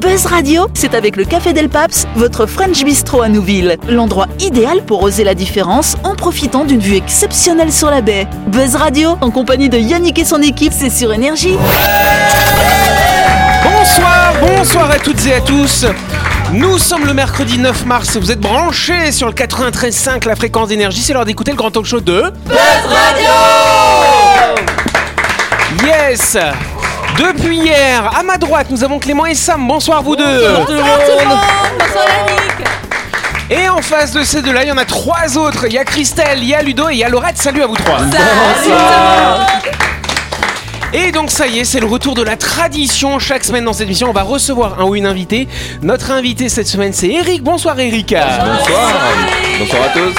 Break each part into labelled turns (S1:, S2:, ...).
S1: Buzz Radio, c'est avec le Café Del Paps, votre French Bistro à Nouville. L'endroit idéal pour oser la différence en profitant d'une vue exceptionnelle sur la baie. Buzz Radio, en compagnie de Yannick et son équipe, c'est sur Énergie.
S2: Bonsoir, bonsoir à toutes et à tous. Nous sommes le mercredi 9 mars et vous êtes branchés sur le 93.5, la fréquence d'énergie. C'est l'heure d'écouter le grand talk show de... Yes Depuis hier, à ma droite, nous avons Clément et Sam. Bonsoir vous deux Et en face de ces deux-là, il y en a trois autres. Il y a Christelle, il y a Ludo et il y a Laurette. Salut à vous trois Et donc ça y est, c'est le retour de la tradition. Chaque semaine dans cette émission, on va recevoir un ou une invitée. Notre invité cette semaine, c'est Eric. Bonsoir Eric
S3: Bonsoir. Bonsoir à tous.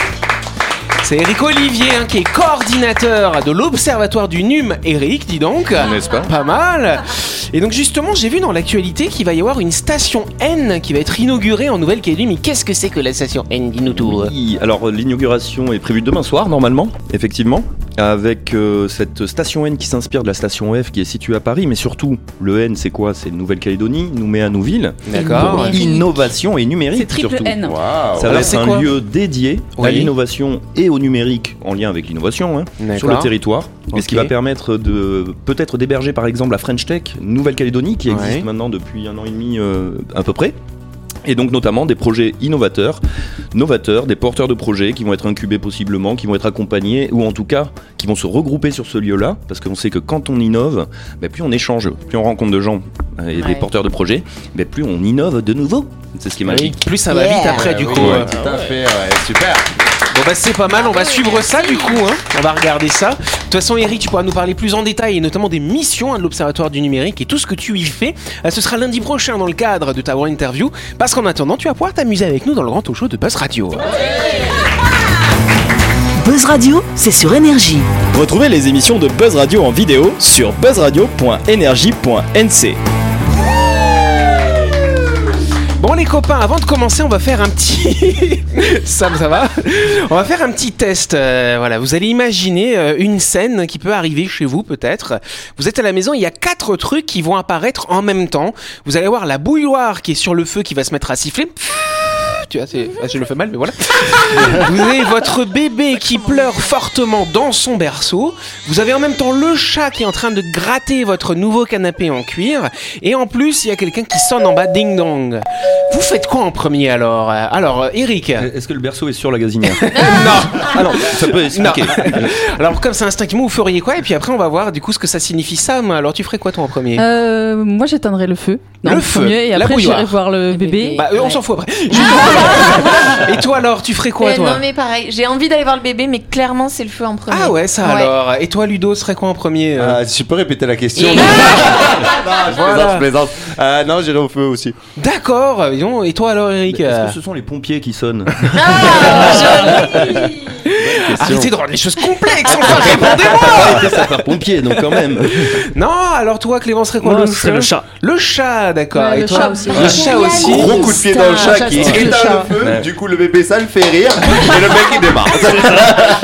S2: C'est Eric Olivier hein, qui est coordinateur de l'Observatoire du NUM. Eric, dis donc.
S3: N'est-ce pas
S2: Pas mal. Et donc justement, j'ai vu dans l'actualité qu'il va y avoir une station N qui va être inaugurée en Nouvelle-Calédonie. Mais qu'est-ce que c'est que la station N Dis-nous tout.
S3: Oui, Alors euh, l'inauguration est prévue demain soir normalement, effectivement, avec euh, cette station N qui s'inspire de la station F qui est située à Paris, mais surtout le N c'est quoi C'est Nouvelle-Calédonie, nous met à Nouville.
S2: D'accord.
S3: Pour innovation et numérique
S4: C'est triple
S3: surtout.
S4: N.
S3: Ça
S2: Alors,
S3: va être
S2: c'est
S3: un
S2: quoi
S3: lieu dédié à
S2: Oui.
S3: l'innovation et au numérique, en lien avec l'innovation, hein, sur le
S2: D'accord.
S3: territoire. Et ce qui
S2: Ok.
S3: va permettre de peut-être d'héberger par exemple la French Tech Nouvelle-Calédonie, qui existe
S2: Ouais.
S3: maintenant depuis un an et demi euh, à peu près. Et donc notamment des projets innovateurs, novateurs, des porteurs de projets qui vont être incubés possiblement, qui vont être accompagnés, ou en tout cas qui vont se regrouper sur ce lieu-là, parce qu'on sait que quand on innove, bah, plus on échange, plus on rencontre de gens euh, et des
S4: Ouais.
S3: porteurs de projets, bah, plus on innove de nouveau. C'est ce qui est magique.
S2: Plus ça va
S1: Yeah.
S2: vite après du
S5: Ouais,
S2: coup.
S5: Ah oui,
S2: euh.
S5: tout à fait, ouais, super.
S2: Bon bah c'est pas mal, on va suivre ça du coup, hein. on va regarder ça. De toute façon Eric, tu pourras nous parler plus en détail et notamment des missions hein, de l'Observatoire du numérique et tout ce que tu y fais. Euh, Ce sera lundi prochain dans le cadre de ta World Interview, parce qu'en attendant tu vas pouvoir t'amuser avec nous dans le grand talk show de Buzz Radio.
S1: Buzz Radio, c'est sur Énergie.
S6: Retrouvez les émissions de Buzz Radio en vidéo sur buzzradio.energie.nc.
S2: Bon les copains, avant de commencer on va faire un petit... Sam ça va On va faire un petit test. euh, voilà, vous allez imaginer euh, une scène qui peut arriver chez vous peut-être. Vous êtes à la maison, il y a quatre trucs qui vont apparaître en même temps. Vous allez voir la bouilloire qui est sur le feu qui va se mettre à siffler. Tu vois, c'est- ah, je le fais mal, mais voilà. vous avez votre bébé qui pleure fortement dans son berceau. Vous avez en même temps le chat qui est en train de gratter votre nouveau canapé en cuir. Et en plus, il y a quelqu'un qui sonne en bas, ding dong. Vous faites quoi en premier alors Euh, Alors, Eric.
S3: Euh, Est-ce que le berceau est sur la gazinière
S2: non.
S3: Ah non, ça peut expliquer.
S2: Alors, comme c'est instinctivement, vous feriez quoi Et puis après, on va voir du coup ce que ça signifie, Sam. Alors, tu ferais quoi toi en premier
S4: Euh, moi j'éteindrai le feu.
S2: Le
S4: en
S2: feu,
S4: premier, et
S2: la
S4: après
S2: bouilloire.
S4: j'irai voir le Eh bébé.
S2: Bah, euh, on s'en fout après. Et toi alors, tu ferais
S4: Euh,
S2: quoi
S7: Mais
S2: toi
S7: Non mais pareil, j'ai envie d'aller voir le bébé, mais clairement c'est le feu en premier.
S2: Ah ouais, ça
S7: Ouais.
S2: alors. Et toi, Ludo, serait quoi en premier euh
S5: Ah, tu peux répéter la question
S7: Et-
S5: Non, je
S2: Voilà.
S5: plaisante, je plaisante. Euh, non, j'irai au feu aussi.
S2: D'accord, euh, dis donc, et toi alors Eric euh,
S3: Est-ce que ce sont les pompiers qui sonnent
S8: Ah,
S2: Arrêtez de rendre les choses complexes, enfin répondez-moi
S3: par pompier, donc quand même.
S2: Non, alors toi Clément serait quoi
S6: Moi, ce serait le chat.
S2: Le chat, d'accord.
S4: Ouais,
S2: et
S4: le
S2: toi
S4: chat aussi.
S2: Le chat aussi.
S5: Gros coup de pied dans le
S4: Putain,
S5: chat qui
S4: j'adore le
S5: éteint
S4: chat.
S5: le feu.
S3: Ouais.
S5: Du coup, le bébé, ça le fait rire. Et le mec, il démarre.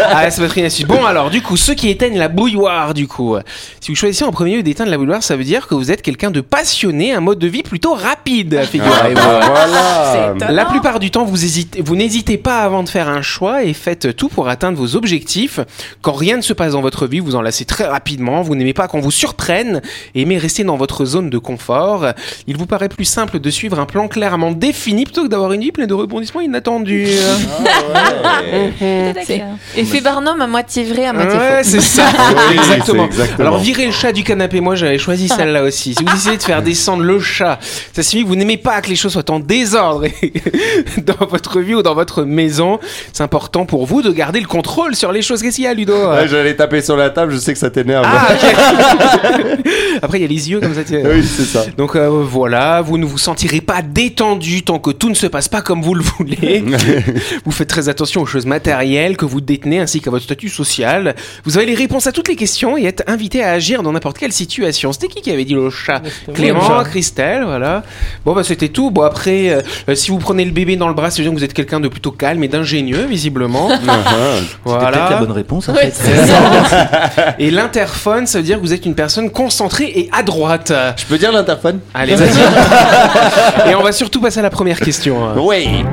S2: Ah, ça va être inastuce. Bon, alors, du coup, ceux qui éteignent la bouilloire, du coup. Si vous choisissez en premier lieu d'éteindre la bouilloire, ça veut dire que vous êtes quelqu'un de passionné, un mode de vie plutôt rapide,
S5: Ah,
S2: figurez-vous.
S5: voilà.
S2: La plupart du temps, vous, hésitez, vous n'hésitez pas avant de faire un choix et faites tout pour atteindre vos objectifs. Quand rien ne se passe dans votre vie, vous en lassez très rapidement. Vous n'aimez pas qu'on vous surprenne et aimez rester dans votre zone de confort. Il vous paraît plus simple de suivre un plan clairement défini plutôt que d'avoir une vie pleine de rebondissements inattendus.
S7: C'est- Effet Barnum à moitié vrai, à moitié
S2: Ouais,
S7: Ah, bah, faux.
S2: c'est ça.
S5: Oui,
S2: exactement.
S5: c'est exactement.
S2: Alors, virer le chat du canapé, moi j'avais choisi celle-là aussi. Si vous essayez de faire descendre le chat, ça signifie que vous n'aimez pas que les choses soient en désordre dans votre vie ou dans votre maison. C'est important pour vous de garder le contrôle sur les choses. Qu'est-ce qu'il y a, Ludo
S5: Ouais, J'allais taper sur la table, je sais que ça t'énerve.
S2: Ah, ok. Après, il y a les yeux comme ça. tu-
S5: Oui, c'est ça.
S2: Donc euh, voilà, vous ne vous sentirez pas détendu tant que tout ne se passe pas comme vous le voulez. vous faites très attention aux choses matérielles que vous détenez ainsi qu'à votre statut social. Vous avez les réponses à toutes les questions et êtes invité à agir dans n'importe quelle situation. C'était qui qui avait dit le chat Clément, Christelle, voilà. Bon, bah c'était tout. Bon, après, euh, euh, si vous prenez le bébé dans le bras, c'est bien que vous êtes quelqu'un de plutôt calme et d'ingénieux, visiblement.
S9: peut-être la
S2: voilà.
S9: bonne réponse en
S7: Ouais,
S9: fait.
S7: c'est ça.
S2: Et l'interphone, ça veut dire que vous êtes une personne concentrée et à droite.
S5: Je peux dire l'interphone
S2: Allez, vas-y. Et on va surtout passer à la première question. hein.
S5: Oui.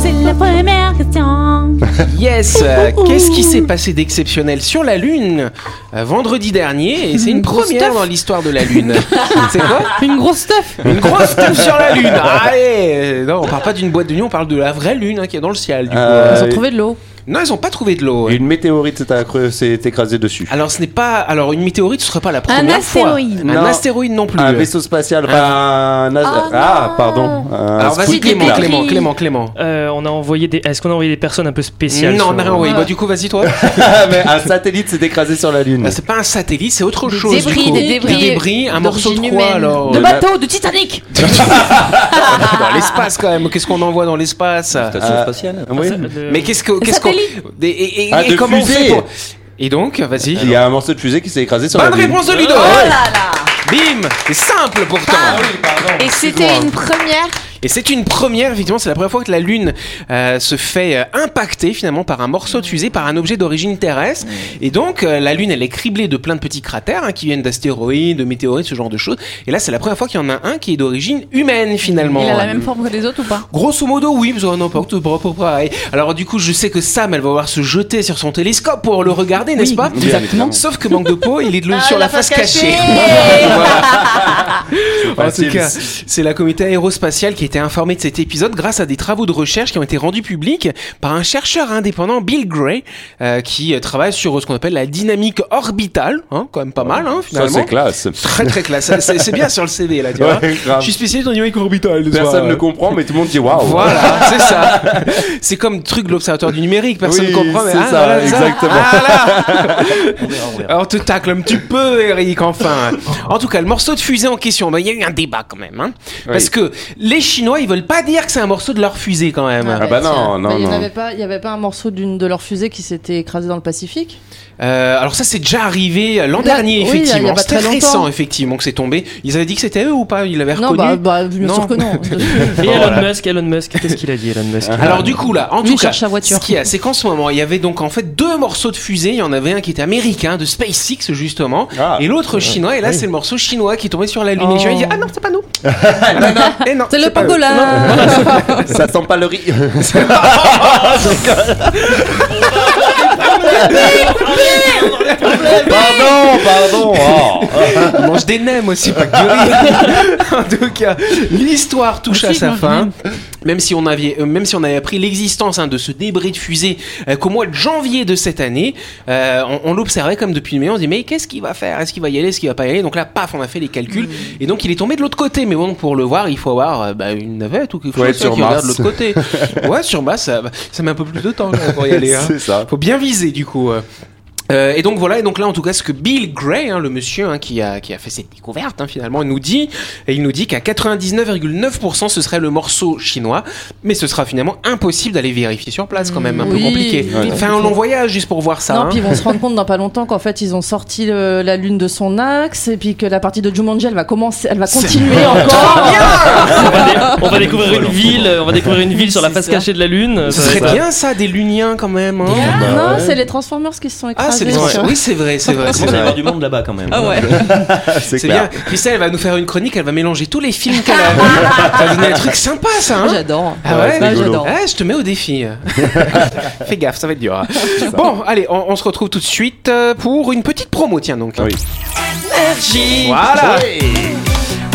S8: C'est la première question.
S2: Yes euh, Qu'est-ce qui s'est passé d'exceptionnel sur la Lune euh, vendredi dernier Et c'est une première dans l'histoire de la Lune. c'est quoi
S4: Une grosse stuff
S2: Une grosse teuf sur la Lune Allez euh, Non, on parle pas d'une boîte de nuit, on parle de la vraie Lune hein, qui est dans le ciel. Du coup.
S5: Euh,
S4: Ils ont trouvé de l'eau.
S2: Non, ils ont pas trouvé de l'eau. ouais.
S5: Une météorite s'est accro- s'est écrasée dessus.
S2: Alors, ce n'est pas. Alors, une météorite, ce serait pas la première fois.
S7: astéroïde.
S2: Un
S5: Non.
S2: astéroïde non plus.
S5: Un vaisseau spatial. enfin, un as-
S7: Oh
S5: ah,
S7: non.
S5: pardon. Un
S2: Alors, vas-y,
S5: Sputnik,
S2: Clément,
S5: là.
S2: Clément, Clément, Clément.
S10: Euh, on a envoyé des. Est-ce qu'on a envoyé des personnes un peu spéciales
S2: Non,
S10: sur-
S2: on n'a rien envoyé. Bah, du coup, vas-y, toi.
S5: Ah, mais un satellite s'est écrasé sur la Lune.
S2: Ah, c'est pas un satellite, c'est autre
S7: Des
S2: chose. du
S7: débris,
S2: coup.
S7: des débris
S2: un morceau de quoi
S7: d'origine humaine.
S2: alors euh,
S4: De
S5: bah-
S4: bateau, de Titanic
S2: Dans l'espace quand même, qu'est-ce qu'on envoie dans l'espace
S9: Station
S5: Euh,
S9: spatiale.
S5: Oui.
S2: Mais qu'est-ce que- qu'est-ce qu'on. et et, et-
S5: Ah,
S2: et
S5: de
S2: comment on
S5: fusée.
S2: fait pour- Et donc, vas-y.
S5: Il y a Ah, un morceau de fusée qui s'est écrasé sur
S2: Bonne
S5: la Lune.
S2: réponse de Ludo
S7: Oh là là
S2: Bim C'est simple pourtant
S7: Et c'était
S2: hein.
S7: une première.
S2: Et c'est une première, effectivement, c'est la première fois que la Lune euh, se fait euh, impacter finalement par un morceau de fusée, par un objet d'origine terrestre. Et donc, euh, la Lune, elle est criblée de plein de petits cratères hein, qui viennent d'astéroïdes, de météorites, ce genre de choses. Et là, c'est la première fois qu'il y en a un qui est d'origine humaine finalement.
S7: Il a la
S2: Euh,
S7: même forme que les autres ou pas
S2: Grosso modo, oui, vous aurez un impact propre pareil. Alors du coup, je sais que Sam, elle va voir se jeter sur son télescope pour le regarder, n'est-ce pas
S5: Bien évidemment.
S2: Sauf que manque de peau, il est de l'eau
S7: Ah,
S2: sur la, face cachée. En tout
S5: Facile.
S2: cas, c'est la comité aérospatiale qui a été informée de cet épisode grâce à des travaux de recherche qui ont été rendus publics par un chercheur indépendant, Bill Gray, euh, qui euh, travaille sur euh, ce qu'on appelle la dynamique orbitale, hein, quand même pas mal, hein,
S5: Ça,
S2: finalement.
S5: c'est classe.
S2: très très classe. C'est- C'est c'est bien sur le CV là, tu vois.
S5: Ouais, grave.
S2: Je suis spécialiste en dynamique orbitale.
S5: Personne ne
S2: ne
S5: comprend, mais tout le monde dit waouh.
S2: Voilà, c'est ça. C'est comme le truc de l'observatoire du numérique, personne ne
S5: Oui,
S2: comprend. mais
S5: c'est
S2: ah,
S5: ça,
S2: voilà,
S5: exactement.
S2: Ah, là.
S9: On verra, on verra.
S2: Alors, on te tacle un petit peu, Eric, enfin. En tout cas, le morceau de fusée en question, bah, il y a eu un débat quand même. hein. Parce que les Chinois, ils veulent pas dire que c'est un morceau de leur fusée quand même.
S5: Ah bah non, non,
S4: Mais il n'y
S5: non.
S4: avait, pas- il y avait pas un morceau d'une de leurs fusées qui s'était écrasé dans le Pacifique
S2: Euh, alors, ça, c'est déjà arrivé euh, l'an
S4: Là,
S2: dernier,
S4: oui, il y
S2: effectivement.
S4: a pas
S2: C'était
S4: très
S2: récent,
S4: longtemps.
S2: effectivement, que c'est tombé. Ils avaient dit que c'était eux ou pas Ils l'avaient
S4: Non,
S2: reconnu.
S4: bah, bah, bien
S2: Non.
S4: sûr que non.
S10: Et Elon
S2: Voilà.
S10: Musk, Elon Musk, qu'est-ce qu'il a dit, Elon Musk
S2: Alors du coup là, en
S4: Lui,
S2: tout
S4: il
S2: cas,
S4: cherche sa voiture.
S2: ce qu'il y a, c'est qu'en ce moment, il y avait donc en fait deux morceaux de fusée. Il y en avait un qui était américain, de SpaceX justement,
S5: Ah.
S2: et l'autre chinois. Et là, c'est le morceau chinois qui est tombé sur la lune.
S4: Oh.
S2: Et je dit ah non, c'est pas nous. non, non, et non,
S4: C'est le
S2: pas eux.
S4: pangolin
S5: Ça sent pas le riz. pardon, pardon. Oh.
S2: On mange des nems aussi, pas que du riz. en tout cas, l'histoire touche à sa fin. Même si on avait, euh, même si on avait appris l'existence hein, de ce débris de fusée euh, qu'au mois de janvier de cette année, euh, on, on l'observait comme depuis une mai, on se dit mais qu'est-ce qu'il va faire Est-ce qu'il va y aller Est-ce qu'il va pas y aller Donc là, paf, on a fait les calculs et donc il est tombé de l'autre côté. Mais bon, pour le voir, il faut avoir euh, bah, une navette ou quelque
S5: Faut
S2: chose
S5: être sur
S2: qui regarde de
S5: Mars.
S2: l'autre côté. ouais, sur Mars, ça, ça met un peu plus de temps quand même, pour y aller. hein.
S5: Ah, C'est ça.
S2: Faut bien viser du coup. euh. Euh, et donc voilà, et donc là en tout cas ce que Bill Gray, hein, le monsieur hein, qui, a, qui a fait cette découverte hein, finalement, il nous dit, et il nous dit qu'à 99,9% ce serait le morceau chinois, mais ce sera finalement impossible d'aller vérifier sur place quand même, un peu
S4: Oui,
S2: compliqué.
S4: oui,
S2: Enfin un
S4: compliqué.
S2: long voyage juste pour voir ça.
S4: Non,
S2: hein.
S4: puis ils vont se rendre compte dans pas longtemps qu'en fait ils ont sorti le- la lune de son axe et puis que la partie de Jumanji elle va commencer, elle va continuer
S2: Ah,
S4: encore.
S10: on va, dé- on va découvrir une ville, euh, on va découvrir une ville sur la
S4: C'est
S10: face
S4: ça.
S10: cachée de la lune.
S2: Ce
S10: Ça va
S2: serait
S10: être-
S2: bien ça, des luniens quand même. hein.
S4: non, c'est les Transformers qui se sont
S2: Ah c'est
S4: écrasés.
S2: des...
S4: sur-
S2: Oui c'est vrai, c'est vrai.
S9: On va y avoir du monde là-bas quand même.
S5: Ah, C'est
S2: C'est
S5: clair.
S2: bien. Puis ça, elle va nous faire une chronique, elle va mélanger tous les films qu'elle a vus. Ça va donner un truc sympa, ça. hein.
S4: Moi, J'adore.
S2: Ah
S5: Ouais,
S2: ouais,
S5: c'est
S2: bah,
S5: rigolo.
S2: j'adore. Ah, je te mets au défi. Fais gaffe, ça va être dur. hein. Bon, allez, on, on se retrouve tout de suite euh, pour une petite promo, tiens donc.
S5: Oui.
S2: Voilà.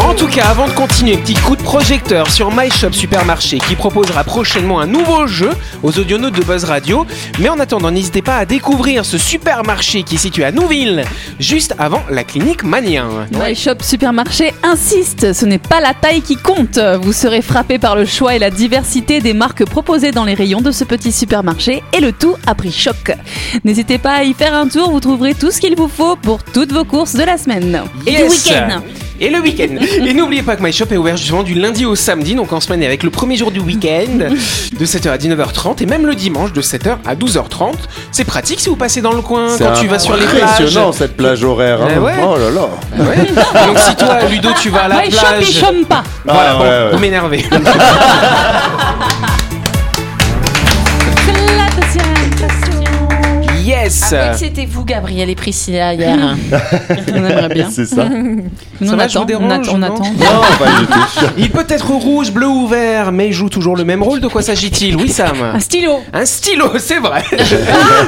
S2: En tout cas, avant de continuer, petit coup de projecteur sur My Shop Supermarché qui proposera prochainement un nouveau jeu aux audionautes de Buzz Radio. Mais en attendant, n'hésitez pas à découvrir ce supermarché qui est situé à Nouville, juste avant la clinique Mania.
S8: My Shop Supermarché insiste, ce n'est pas la taille qui compte. Vous serez frappé par le choix et la diversité des marques proposées dans les rayons de ce petit supermarché et le tout à prix choc. N'hésitez pas à y faire un tour, vous trouverez tout ce qu'il vous faut pour toutes vos courses de la semaine et
S2: Yes.
S8: du week-end.
S2: et le week-end. Et n'oubliez pas que My Shop est ouvert justement du lundi au samedi, donc en semaine et avec le premier jour du week-end, de 7h à 19h30 et même le dimanche de 7h à 12h30. C'est pratique si vous passez dans le coin,
S5: C'est
S2: quand tu vas sur les plages.
S5: impressionnant cette plage horaire. hein.
S2: Eh ouais.
S5: Oh là là.
S2: Donc si toi, Ludo, tu vas à la
S8: My Shop,
S2: plage.
S8: il chôme pas.
S2: Voilà,
S5: Ah,
S2: bon,
S5: ouais, ouais.
S2: vous m'énervez.
S7: La deuxième question.
S2: Yes
S8: bah,
S7: Ah, que c'était vous, Gabriel et Priscilla, hier. on aimerait bien.
S5: C'est ça.
S8: Nous,
S2: Ça
S8: on
S2: va, je vous
S8: attend, on
S2: dérange,
S8: attend, on
S2: non
S8: attend.
S5: Non, pas du tout.
S2: Il peut être rouge, bleu ou vert, mais il joue toujours le même rôle. De quoi s'agit-il Oui, Sam.
S8: Un stylo.
S2: Un stylo, c'est vrai.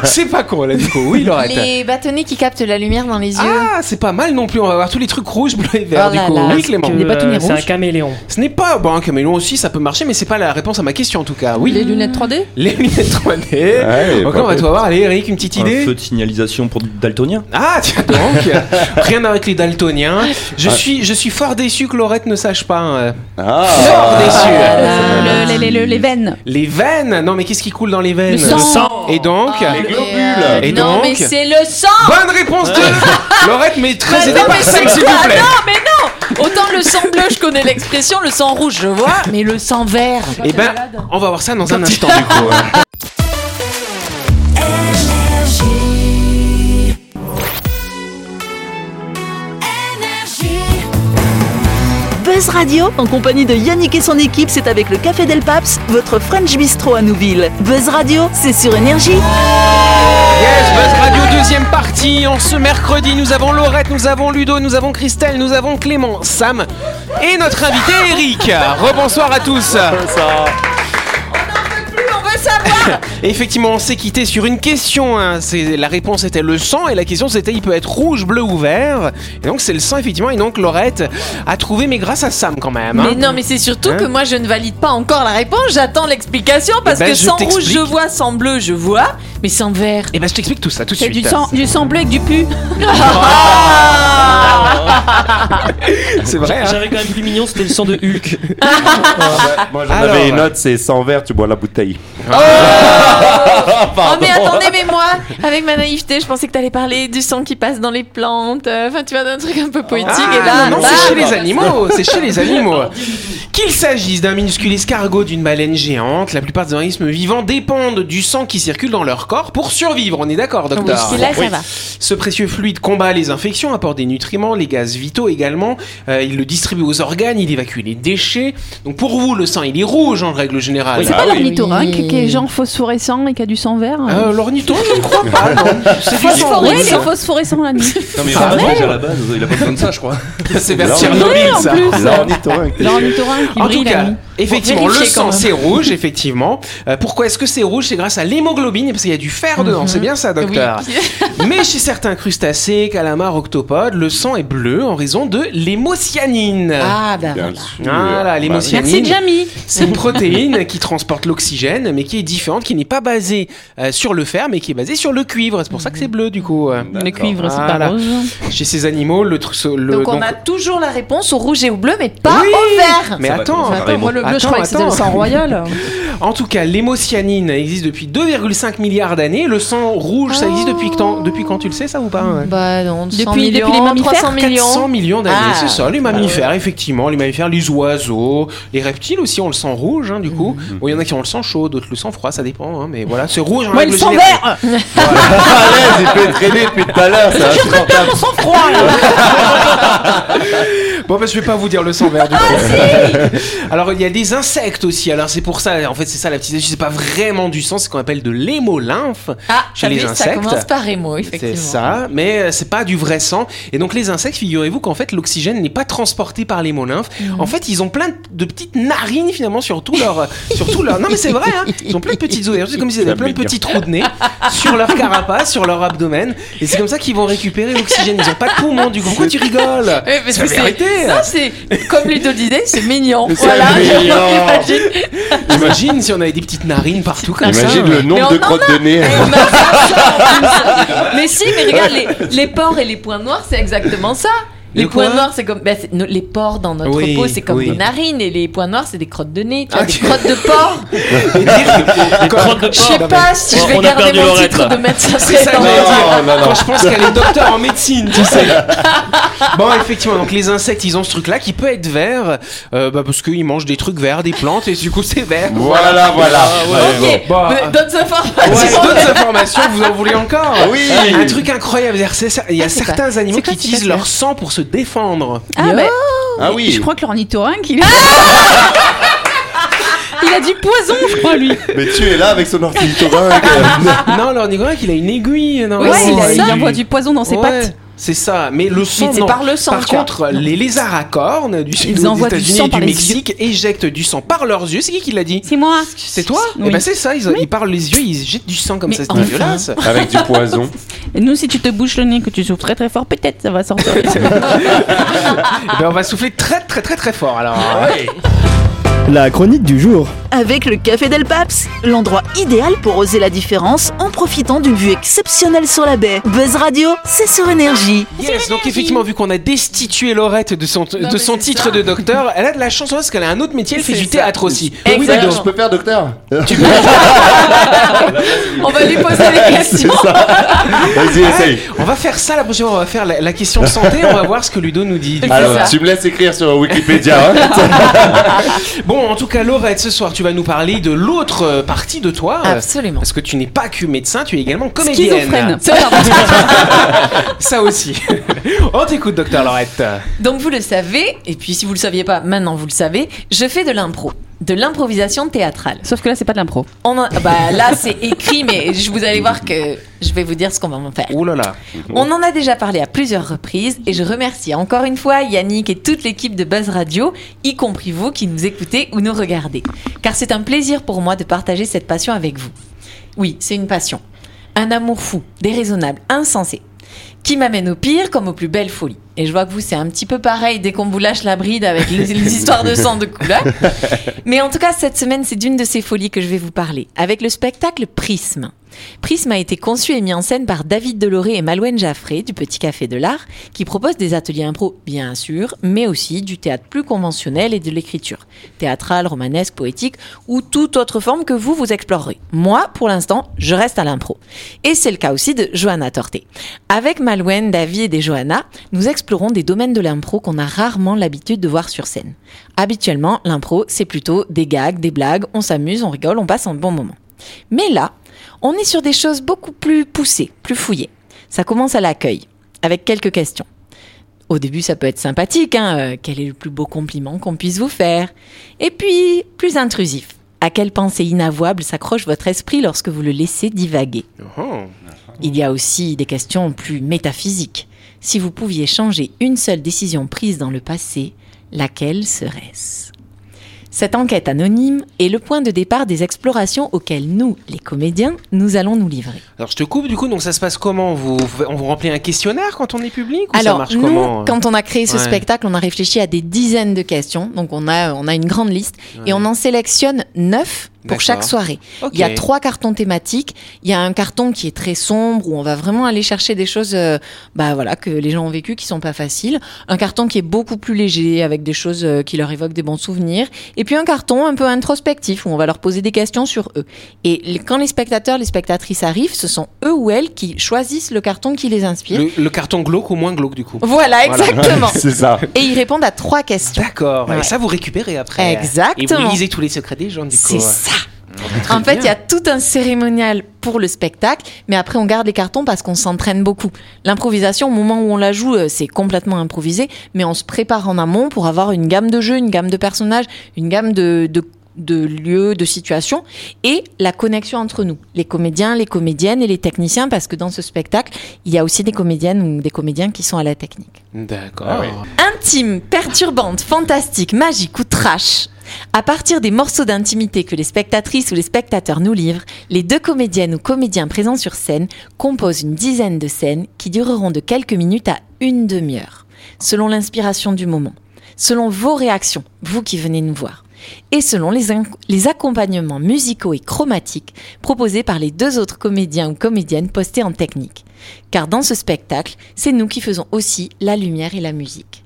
S2: c'est pas con, là, du coup. Oui, Laurette.
S7: Ah Les bâtonnets qui captent la lumière dans les yeux.
S2: Ah, c'est pas mal non plus. On va voir tous les trucs rouges, bleus et verts,
S7: Oh
S2: du
S7: là
S2: coup.
S7: là,
S2: oui,
S7: parce
S2: Clément.
S8: Les bâtonnets
S10: Euh, C'est un
S8: rouges.
S10: caméléon.
S2: Ce n'est pas bon, un caméléon aussi, ça peut marcher, mais c'est pas la réponse à ma question en tout cas. Oui,
S4: Les lunettes 3D
S2: les lunettes 3D.
S5: Ouais,
S2: Ok,
S5: Ah, pas
S2: on va
S5: con.
S2: tout avoir. Allez, Eric, une petite
S3: Un
S2: idée.
S3: feu de signalisation pour daltonien
S2: Ah, tiens donc, rien avec les daltoniens.
S3: Ah.
S2: Je suis, je suis fort déçu que Laurette ne sache pas. hein. Fort
S5: Ah.
S2: déçu.
S8: Le- le- le- le- les veines.
S2: Les veines Non, mais qu'est-ce qui coule dans les veines
S8: Le sang.
S2: Et donc
S5: globules.
S2: Et
S7: Ah, non,
S2: donc
S7: mais c'est le sang
S2: Bonne réponse de Laurette, mais
S7: Bah
S2: très aidée
S7: non,
S2: par
S7: mais
S2: Sam,
S7: c'est
S2: s'il
S7: quoi
S2: vous plaît.
S7: Non, mais non Autant le sang bleu, je connais l'expression, le sang rouge, je vois, mais le sang vert
S2: Eh ben, on va voir ça dans un instant du coup.
S1: Buzz Radio, en compagnie de Yannick et son équipe, c'est avec le Café Del Paps, votre French Bistro à Nouville. Buzz Radio, c'est sur Énergie.
S2: Yes, Buzz Radio, deuxième partie. En ce mercredi, nous avons Laurette, nous avons Ludo, nous avons Christelle, nous avons Clément, Sam et notre invité Eric. Rebonsoir à tous.
S7: On veut savoir
S2: Effectivement, on s'est quitté sur une question. hein. C'est- La réponse était le sang et la question c'était il peut être rouge, bleu ou vert. Et donc c'est le sang effectivement. Et donc Laurette a trouvé, mais grâce à Sam quand même. hein.
S7: Mais non, mais c'est surtout
S2: Hein
S7: que moi je ne valide pas encore la réponse, j'attends l'explication parce
S2: Eh ben,
S7: que
S2: je
S7: sans rouge
S2: t'explique.
S7: je vois, sans bleu je vois, mais sans vert.
S2: Et ben je t'explique tout ça tout de
S8: C'est
S2: suite.
S8: du sang, du sang bleu avec du pu.
S2: C'est vrai. hein.
S10: J'avais quand même plus mignon, c'était le sang de Hulk.
S5: Ah, Moi j'en
S2: Ah, Alors.
S5: avais une autre, c'est sans verre, tu bois la bouteille.
S7: Oh mais attendez, mais moi, avec ma naïveté, je pensais que t'allais parler du sang qui passe dans les plantes, euh, enfin tu vois, d'un truc un peu poétique, et
S2: Ah,
S7: là,
S2: non, non,
S7: là,
S2: c'est chez les animaux, c'est chez les animaux. Qu'il s'agisse d'un minuscule escargot, d'une baleine géante, la plupart des organismes vivants dépendent du sang qui circule dans leur corps pour survivre. On est d'accord,
S7: Oui,
S2: docteur
S7: c'est là, ça va.
S2: Ce précieux fluide combat les infections, apporte des nutriments, les gaz vitaux également. Euh, il le distribue aux organes, il évacue les déchets. Donc pour vous, le sang, il est rouge en règle générale.
S8: C'est pas
S2: Ah oui.
S8: l'ornithorynque
S7: Oui.
S8: qui est genre phosphorescent et qui a du sang vert.
S2: Euh, L'ornithorynque, je ne crois pas. non. C'est du sang
S8: Oui,
S2: rouge. hein.
S8: les phosphorescents la nuit.
S3: Non, mais
S2: Ah,
S3: il rouge à la base, il a pas besoin de ça, je crois.
S2: C'est vers
S5: L'ornithorynque.
S2: Tchernobyl, ça.
S5: L'ornithorynque.
S8: L'ornithorynque qui
S2: En tout
S8: brille la
S2: cas,
S8: nuit.
S2: effectivement, le
S7: Vérifier
S2: sang
S7: quand même.
S2: c'est rouge, effectivement. Euh, pourquoi est-ce que c'est rouge C'est grâce à l'hémoglobine, parce qu'il y a du fer dedans. C'est bien ça, docteur. Mais chez certains crustacés, calamars, octopodes, le sang est bleu en raison de l'hémocyanine.
S7: Ah bah
S5: Bien
S7: voilà.
S5: sûr.
S2: Voilà,
S5: Bah,
S2: l'hémocyanine.
S8: Merci Jamie.
S2: C'est une protéine qui transporte l'oxygène, mais qui est différente, qui n'est pas basée euh, sur le fer, mais qui est basée sur le cuivre. C'est pour ça que c'est bleu, du coup. euh.
S8: Le cuivre, c'est
S2: Voilà.
S8: pas rose.
S2: Chez ces animaux, le... tru- le
S7: Donc on
S2: donc-
S7: a toujours la réponse au rouge et au bleu, mais pas
S2: Oui,
S7: au vert
S2: Mais
S3: Ça va
S2: attends,
S3: commencer à
S4: Attends, moi le bleu, je
S2: Attends,
S4: croyais que c'était le
S2: attends.
S4: sang royal.
S2: En tout cas, l'hémocyanine existe depuis 2,5 milliards d'années. Le sang rouge, ça existe depuis, que temps- depuis quand tu le sais, ça ou pas hein
S7: Bah non,
S8: Depuis-
S7: 100
S8: depuis les
S7: millions,
S8: mammifères,
S7: 300
S2: 400
S7: millions.
S2: millions d'années,
S7: Ah.
S2: c'est ça. Les mammifères, effectivement, les mammifères, les oiseaux, les reptiles aussi ont le sang rouge, hein, du coup. Bon, Il y en a qui ont le sang chaud, d'autres le sang froid, ça dépend. hein, mais voilà, c'est rouge. en
S8: Moi,
S2: règle
S8: le sang
S2: générale.
S8: vert. hein.
S5: Ah, l'aise, il fait traîner depuis tout à l'heure, c'est insupportable.
S2: Bon, bah, je vais pas vous dire le sang vert du
S8: Ah,
S2: coup. Alors, il y a des insectes aussi. Alors, c'est pour ça, en fait, c'est ça la petite astuce. C'est pas vraiment du sang, c'est ce qu'on appelle de l'hémolymphe.
S7: Ah,
S2: Chez
S7: t'as
S2: les
S7: vu, ça
S2: insectes.
S7: commence par émo,
S2: C'est
S7: effectivement.
S2: ça, mais euh, c'est pas du vrai sang. Et donc les insectes, figurez-vous qu'en fait l'oxygène n'est pas transporté par les molymphes. En fait, ils ont plein de petites narines finalement sur tout leur, euh, sur tout leur. Non mais c'est vrai, hein. ils ont plein de petites ouvertures, c'est comme s'ils avaient
S5: Ça
S2: plein de
S5: m'énerve.
S2: petits trous de nez sur leur carapace, sur leur abdomen. Et c'est comme ça qu'ils vont récupérer l'oxygène. Ils ont pas de poumons. Du coup, pourquoi tu rigoles
S7: Oui, parce
S2: C'est la
S7: que c'est
S2: vérité.
S7: ça, c'est comme Ludo le disait, c'est mignon.
S5: C'est
S7: Voilà,
S5: mignon.
S7: j'imagine.
S2: Imagine si on avait des petites narines partout comme ça.
S5: Imagine le
S7: Mais
S5: nombre de
S7: on en a. Eh,
S5: crottes de nez.
S7: mais si, mais regarde, les, les porcs et les points noirs, c'est exactement ça. Les
S2: Le
S7: points
S2: quoi
S7: noirs, c'est comme. bah, c'est- nos- les pores dans notre
S2: Oui,
S7: peau, c'est comme
S2: oui. Ah,
S7: des narines. Et les points noirs, c'est des crottes de nez. Tu as des crottes de porc.
S2: crottes
S7: Je sais pas si je
S10: On-
S7: vais
S10: on a
S7: garder
S10: perdu
S7: mon
S10: Laurette,
S7: titre
S10: là.
S7: de médecin
S2: C'est ça que
S7: traitant.
S2: j'allais dire.
S5: non, non.
S2: Quand Ah, je pense qu'elle est docteur en médecine, tu sais. Bon, effectivement, donc les insectes, ils ont ce truc-là qui peut être vert, euh, bah, parce qu'ils mangent des trucs verts, des plantes, et du coup, c'est vert.
S5: Voilà, voilà.
S2: Ah,
S5: Ah,
S7: Ok,
S2: euh, Bon. bah,
S7: mais d'autres
S2: Ouais,
S7: informations.
S2: d'autres informations, vous en voulez encore
S5: Ah Oui.
S2: Un truc incroyable, c'est-à-dire, c'est ça, il y a
S7: Ah, c'est
S2: certains animaux
S8: C'est quoi
S2: qui
S8: qui
S2: utilisent
S8: passe
S2: leur sang pour se défendre.
S8: Ah, bah,
S5: Ah oui.
S8: je crois que l'ornithorynque, il...
S2: Ah
S8: il a du poison, je crois, lui.
S5: Mais tu es là avec son ornithorynque.
S2: non, l'ornithorynque, il a une aiguille. Non,
S8: Ah. Ouais,
S2: non,
S8: il, a-
S2: il-
S8: il envoie du poison dans ses
S2: Ouais,
S8: pattes.
S2: C'est ça, mais le sang.
S7: c'est
S2: non.
S7: par le sang,
S2: Par
S7: tu vois.
S2: contre, les lézards à cornes du sud des
S8: envoient du
S2: États-Unis
S8: sang
S2: et du
S8: par les
S2: Mexique éjectent du sang par leurs yeux. C'est qui qui l'a dit
S8: C'est moi.
S2: C'est toi
S8: Oui.
S2: Eh ben c'est ça, ils, ils parlent les yeux, ils jettent du sang comme
S8: Mais
S2: ça, c'est
S8: enfin.
S2: dégueulasse.
S5: Avec du poison.
S8: Et nous, si tu te bouches le nez, que tu souffles très très fort, peut-être ça va sortir.
S2: Eh ben on va souffler très très très très fort alors.
S8: Ah,
S6: La chronique du jour.
S1: Avec le Café Del Paps, l'endroit idéal pour oser la différence en profitant d'une vue exceptionnelle sur la baie. Buzz Radio, c'est sur énergie.
S2: Yes, donc effectivement, vu qu'on a destitué Laurette de son, de son titre de docteur, elle a de la chance parce qu'elle a un autre métier, elle fait
S7: C'est
S2: du
S7: ça.
S2: théâtre aussi.
S5: Oui, mais donc, je peux faire docteur
S7: On va lui poser des questions.
S5: Ah, Vas-y,
S3: Ah,
S5: essaye.
S2: On va faire ça la prochaine fois, on va faire la, la question santé, on va voir ce que Ludo nous dit.
S5: Alors, tu me laisses écrire sur Wikipédia. hein.
S2: Bon, en tout cas, Laurette, ce soir, tu vas nous parler de l'autre euh, partie de toi. euh,
S7: Absolument.
S2: Parce que tu n'es pas que médecin, tu es également comédienne.
S8: Ah. Schizophrène.
S2: Ça aussi. On t'écoute, docteur Laurette.
S7: Donc vous le savez, et puis si vous le saviez pas, maintenant vous le savez, je fais de l'impro, de l'improvisation théâtrale.
S8: Sauf que là, c'est pas de l'impro.
S7: On en- bah, là c'est écrit, mais je vous allez voir que je vais vous dire ce qu'on va en faire.
S2: Ouh là là.
S7: On en a déjà parlé à plusieurs reprises et je remercie encore une fois Yannick et toute l'équipe de Buzz Radio, y compris vous qui nous écoutez ou nous regardez. Car c'est un plaisir pour moi de partager cette passion avec vous. Oui, c'est une passion. Un amour fou, déraisonnable, insensé. Qui m'amène au pire comme aux plus belles folies. Et je vois que vous, c'est un petit peu pareil dès qu'on vous lâche la bride avec les, les histoires de sang de couleur. Mais en tout cas, cette semaine, c'est d'une de ces folies que je vais vous parler, avec le spectacle Prisme. Prisme a été conçu et mis en scène par David Deloré et Malouane Jaffré du Petit Café de l'Art, qui propose des ateliers impro, bien sûr, mais aussi du théâtre plus conventionnel et de l'écriture, théâtrale, romanesque, poétique ou toute autre forme que vous vous explorerez. Moi, pour l'instant, je reste à l'impro. Et c'est le cas aussi de Johanna Torté. Avec Malouane, David et Johanna, nous explorons des domaines de l'impro qu'on a rarement l'habitude de voir sur scène. Habituellement, l'impro, c'est plutôt des gags, des blagues, on s'amuse, on rigole, on passe un bon moment. Mais là, on est sur des choses beaucoup plus poussées, plus fouillées. Ça commence à l'accueil, avec quelques questions. Au début, ça peut être sympathique, hein, euh, quel est le plus beau compliment qu'on puisse vous faire Et puis, plus intrusif, à quelle pensée inavouable s'accroche votre esprit lorsque vous le laissez divaguer
S2: Oh.
S7: il y a aussi des questions plus métaphysiques. Si vous pouviez changer une seule décision prise dans le passé, laquelle serait-ce Cette enquête anonyme est le point de départ des explorations auxquelles nous, les comédiens, nous allons nous livrer.
S2: Alors, je te coupe, du coup, donc ça se passe comment vous, vous- On vous remplit un questionnaire quand on est public ou ça
S7: Alors,
S2: marche
S7: nous,
S2: comment euh
S7: quand on a créé ce
S2: Ouais.
S7: spectacle, on a réfléchi à des dizaines de questions. Donc, on a, on a une grande liste
S2: Ouais.
S7: et on en sélectionne neuf pour
S2: D'accord.
S7: chaque soirée.
S2: Ok.
S7: Il y a trois cartons thématiques. Il y a un carton qui est très sombre où on va vraiment aller chercher des choses, euh, bah voilà, que les gens ont vécu, qui sont pas faciles. Un carton qui est beaucoup plus léger avec des choses euh, qui leur évoquent des bons souvenirs. Et puis un carton un peu introspectif où on va leur poser des questions sur eux. Et les- quand les spectateurs, les spectatrices arrivent, ce sont eux ou elles qui choisissent le carton qui les inspire.
S2: Le, le carton glauque ou moins glauque, du coup
S7: Voilà,
S2: Voilà.
S7: exactement.
S5: C'est ça.
S7: Et ils répondent à trois questions.
S2: D'accord. Et
S7: Ouais.
S2: ça, vous récupérez après. hein? Et vous
S7: Exactement.
S2: lisez tous les secrets des gens, du coup. hein?
S7: C'est ça.
S2: Très
S7: En fait,
S2: bien.
S7: il y a tout un cérémonial pour le spectacle, mais après on garde les cartons parce qu'on s'entraîne beaucoup. L'improvisation, au moment où on la joue, euh, c'est complètement improvisé, mais on se prépare en amont pour avoir une gamme de jeux, une gamme de personnages, une gamme de, de, de lieux, de situations, et la connexion entre nous, les comédiens, les comédiennes et les techniciens, parce que dans ce spectacle, il y a aussi des comédiennes ou des comédiens qui sont à la technique
S2: D'accord.
S5: Ah oui.
S7: intime, perturbante, fantastique, magique ou trash. À partir des morceaux d'intimité que les spectatrices ou les spectateurs nous livrent, les deux comédiennes ou comédiens présents sur scène composent une dizaine de scènes qui dureront de quelques minutes à une demi-heure, selon l'inspiration du moment, selon vos réactions, vous qui venez nous voir, et selon les, inc- les accompagnements musicaux et chromatiques proposés par les deux autres comédiens ou comédiennes postés en technique. Car dans ce spectacle, c'est nous qui faisons aussi la lumière et la musique.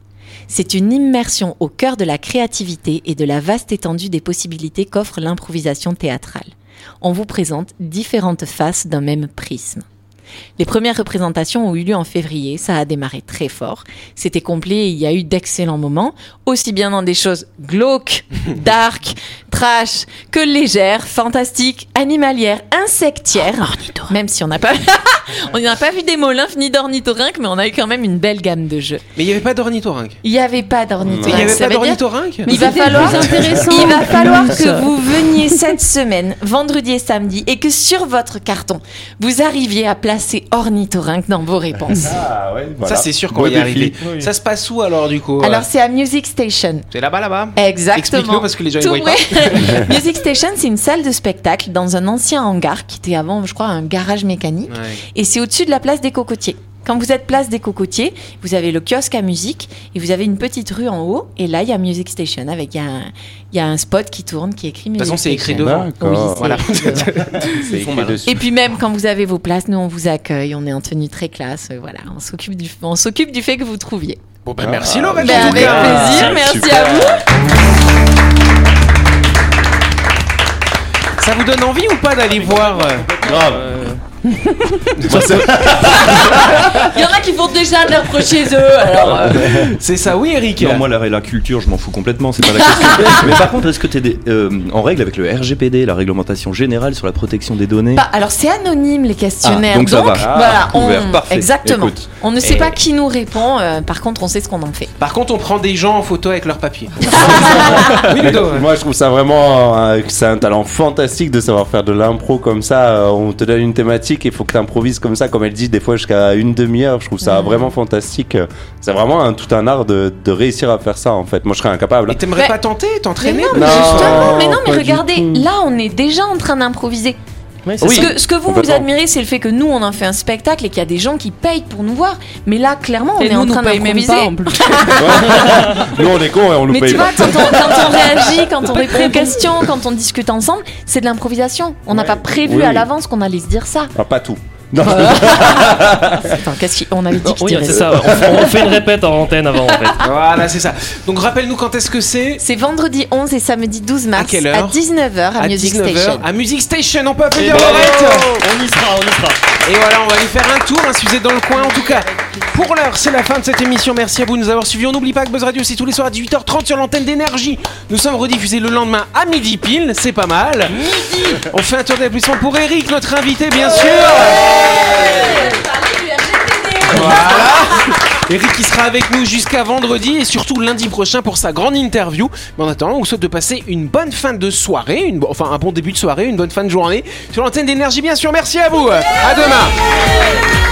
S7: C'est une immersion au cœur de la créativité et de la vaste étendue des possibilités qu'offre l'improvisation théâtrale. On vous présente différentes faces d'un même prisme. Les premières représentations ont eu lieu en février, ça a démarré très fort. C'était complet et il y a eu d'excellents moments, aussi bien dans des choses glauques, dark, trash, que légères, fantastiques, animalières, insectières. même si on n'a pas, on n'a pas vu des molymphes ni d'ornithorynques, mais on a eu quand même une belle gamme de jeux.
S2: Mais il n'y avait pas d'ornithorynque.
S7: Il n'y avait pas d'ornithorynque.
S2: Mais il y avait
S7: Ça
S2: pas
S7: veut dire-
S2: d'ornithorynque
S7: Il va
S2: C'était
S7: falloir,
S2: plus intéressant.
S7: il va falloir
S2: Plus.
S7: que vous veniez cette semaine, vendredi et samedi, et que sur votre carton, vous arriviez à placer ornithorynque dans vos réponses.
S3: Ah,
S2: Ça, c'est sûr qu'on
S5: Beau
S2: va y
S5: défi.
S2: arriver. Ça se passe où alors du coup
S7: Alors c'est à Music Station.
S2: C'est là-bas, là-bas
S7: Exactement.
S2: Explique-nous parce que les gens ils
S7: Tout
S2: voient pas.
S7: près. Music Station, c'est une salle de spectacle dans un ancien hangar qui était avant, je crois, un garage mécanique. Et c'est au-dessus de la place des Cocotiers. Quand vous êtes place des Cocotiers, vous avez le kiosque à musique et vous avez une petite rue en haut. Et là, il y a Music Station avec il y a un, il y a un spot qui tourne qui écrit
S2: De
S7: Music
S2: toute façon, c'est écrit
S7: Station.
S2: devant.
S7: Oui, c'est
S2: voilà.
S7: écrit devant.
S2: Ils font mal.
S7: Et puis même quand vous avez vos places, nous on vous accueille, on est en tenue très classe, euh, voilà, on s'occupe du, on s'occupe du fait que vous trouviez.
S2: Bon,
S5: bah,
S2: ben merci Laurent.
S7: Ben, avec
S2: bah.
S7: plaisir, merci à vous.
S2: Ça vous donne envie ou pas d'aller
S7: Bah,
S2: voir
S5: euh,
S2: Grave.
S7: Il y en a qui font déjà de l'impro chez eux, alors. euh,
S2: C'est ça, oui, Eric
S3: Non, moi, la, la culture, je m'en fous complètement, c'est pas la question. Mais par contre, est-ce que t'es des- euh, en règle avec le RGPD, la réglementation générale sur la protection des données
S7: pas- alors c'est anonyme les questionnaires,
S3: Ah, donc ça va. Ah,
S7: voilà, on,
S3: couvert, parfait.
S7: exactement.
S3: Écoute.
S7: On ne sait
S2: Et-
S7: pas qui nous répond, euh, par contre on sait ce qu'on en fait.
S2: Par contre, on prend des gens en photo avec leur papier.
S5: Moi, je trouve ça vraiment. euh, que c'est un talent fantastique de savoir faire de l'impro comme ça. Euh, on te donne une thématique et il faut que tu improvises comme ça, comme elle dit, des fois jusqu'à une demi-heure. Je trouve ça vraiment fantastique. Euh, C'est vraiment un, tout un art de, de réussir à faire ça, en fait. Moi, je serais incapable.
S2: Et t'aimerais
S7: Mais-
S2: pas tenter,
S7: Mais
S2: t'entraîner
S7: non, mais
S5: Non,
S7: justement, mais non, mais
S5: pas du
S7: regardez,
S5: tout.
S7: là on est déjà en train d'improviser.
S5: c'est
S7: ce,
S5: ça.
S7: que, ce que vous vous
S5: Complètement.
S7: admirez, c'est le fait que nous on en fait un spectacle et qu'il y a des gens qui payent pour nous voir. Mais là, clairement, on
S8: Et
S7: est
S8: nous,
S7: en
S8: nous
S7: train
S8: paye même
S7: d'improviser.
S8: pas, en plus.
S5: Nous, on est cons et on nous
S7: Mais
S5: paye
S7: tu
S5: pas.
S7: vois, quand on, quand on réagit, quand on répond aux questions, quand on discute ensemble, c'est de l'improvisation. On n'a pas prévu
S5: Oui,
S7: à
S5: oui.
S7: l'avance qu'on allait se dire ça.
S5: Ah, pas tout. Non.
S7: Attends, qu'est-ce qu'on avait dit qu'il
S10: Oui,
S7: dirait
S10: c'est ça. On, on fait une répète en antenne avant, en fait.
S2: Voilà, c'est ça. Donc rappelle-nous quand est-ce que c'est
S7: C'est vendredi 11 et samedi 12 mars
S2: À quelle heure
S7: 19h à, Music
S2: 19h,
S7: Station.
S2: À Music Station, on peut
S3: Eh
S2: applaudir
S10: Et bravo
S3: ben,
S2: Laurette
S10: On y sera, on y sera.
S3: oh.
S2: Et voilà, on va lui faire un tour, hein, si vous êtes dans le coin. En tout cas, pour l'heure, c'est la fin de cette émission. Merci à vous de nous avoir suivis. On n'oublie pas que Buzz Radio, c'est tous les soirs à 18h30 sur l'antenne d'énergie. Nous sommes rediffusés le lendemain à midi pile, c'est pas mal. On fait un tour d'applaudissements pour Eric, notre invité, bien sûr. Eric qui sera avec nous jusqu'à vendredi et surtout lundi prochain pour sa grande interview. Mais en attendant, on vous souhaite de passer une bonne fin de soirée, une bo- enfin un bon début de soirée, une bonne fin de journée sur l'antenne d'énergie, bien sûr. Merci à vous. À demain.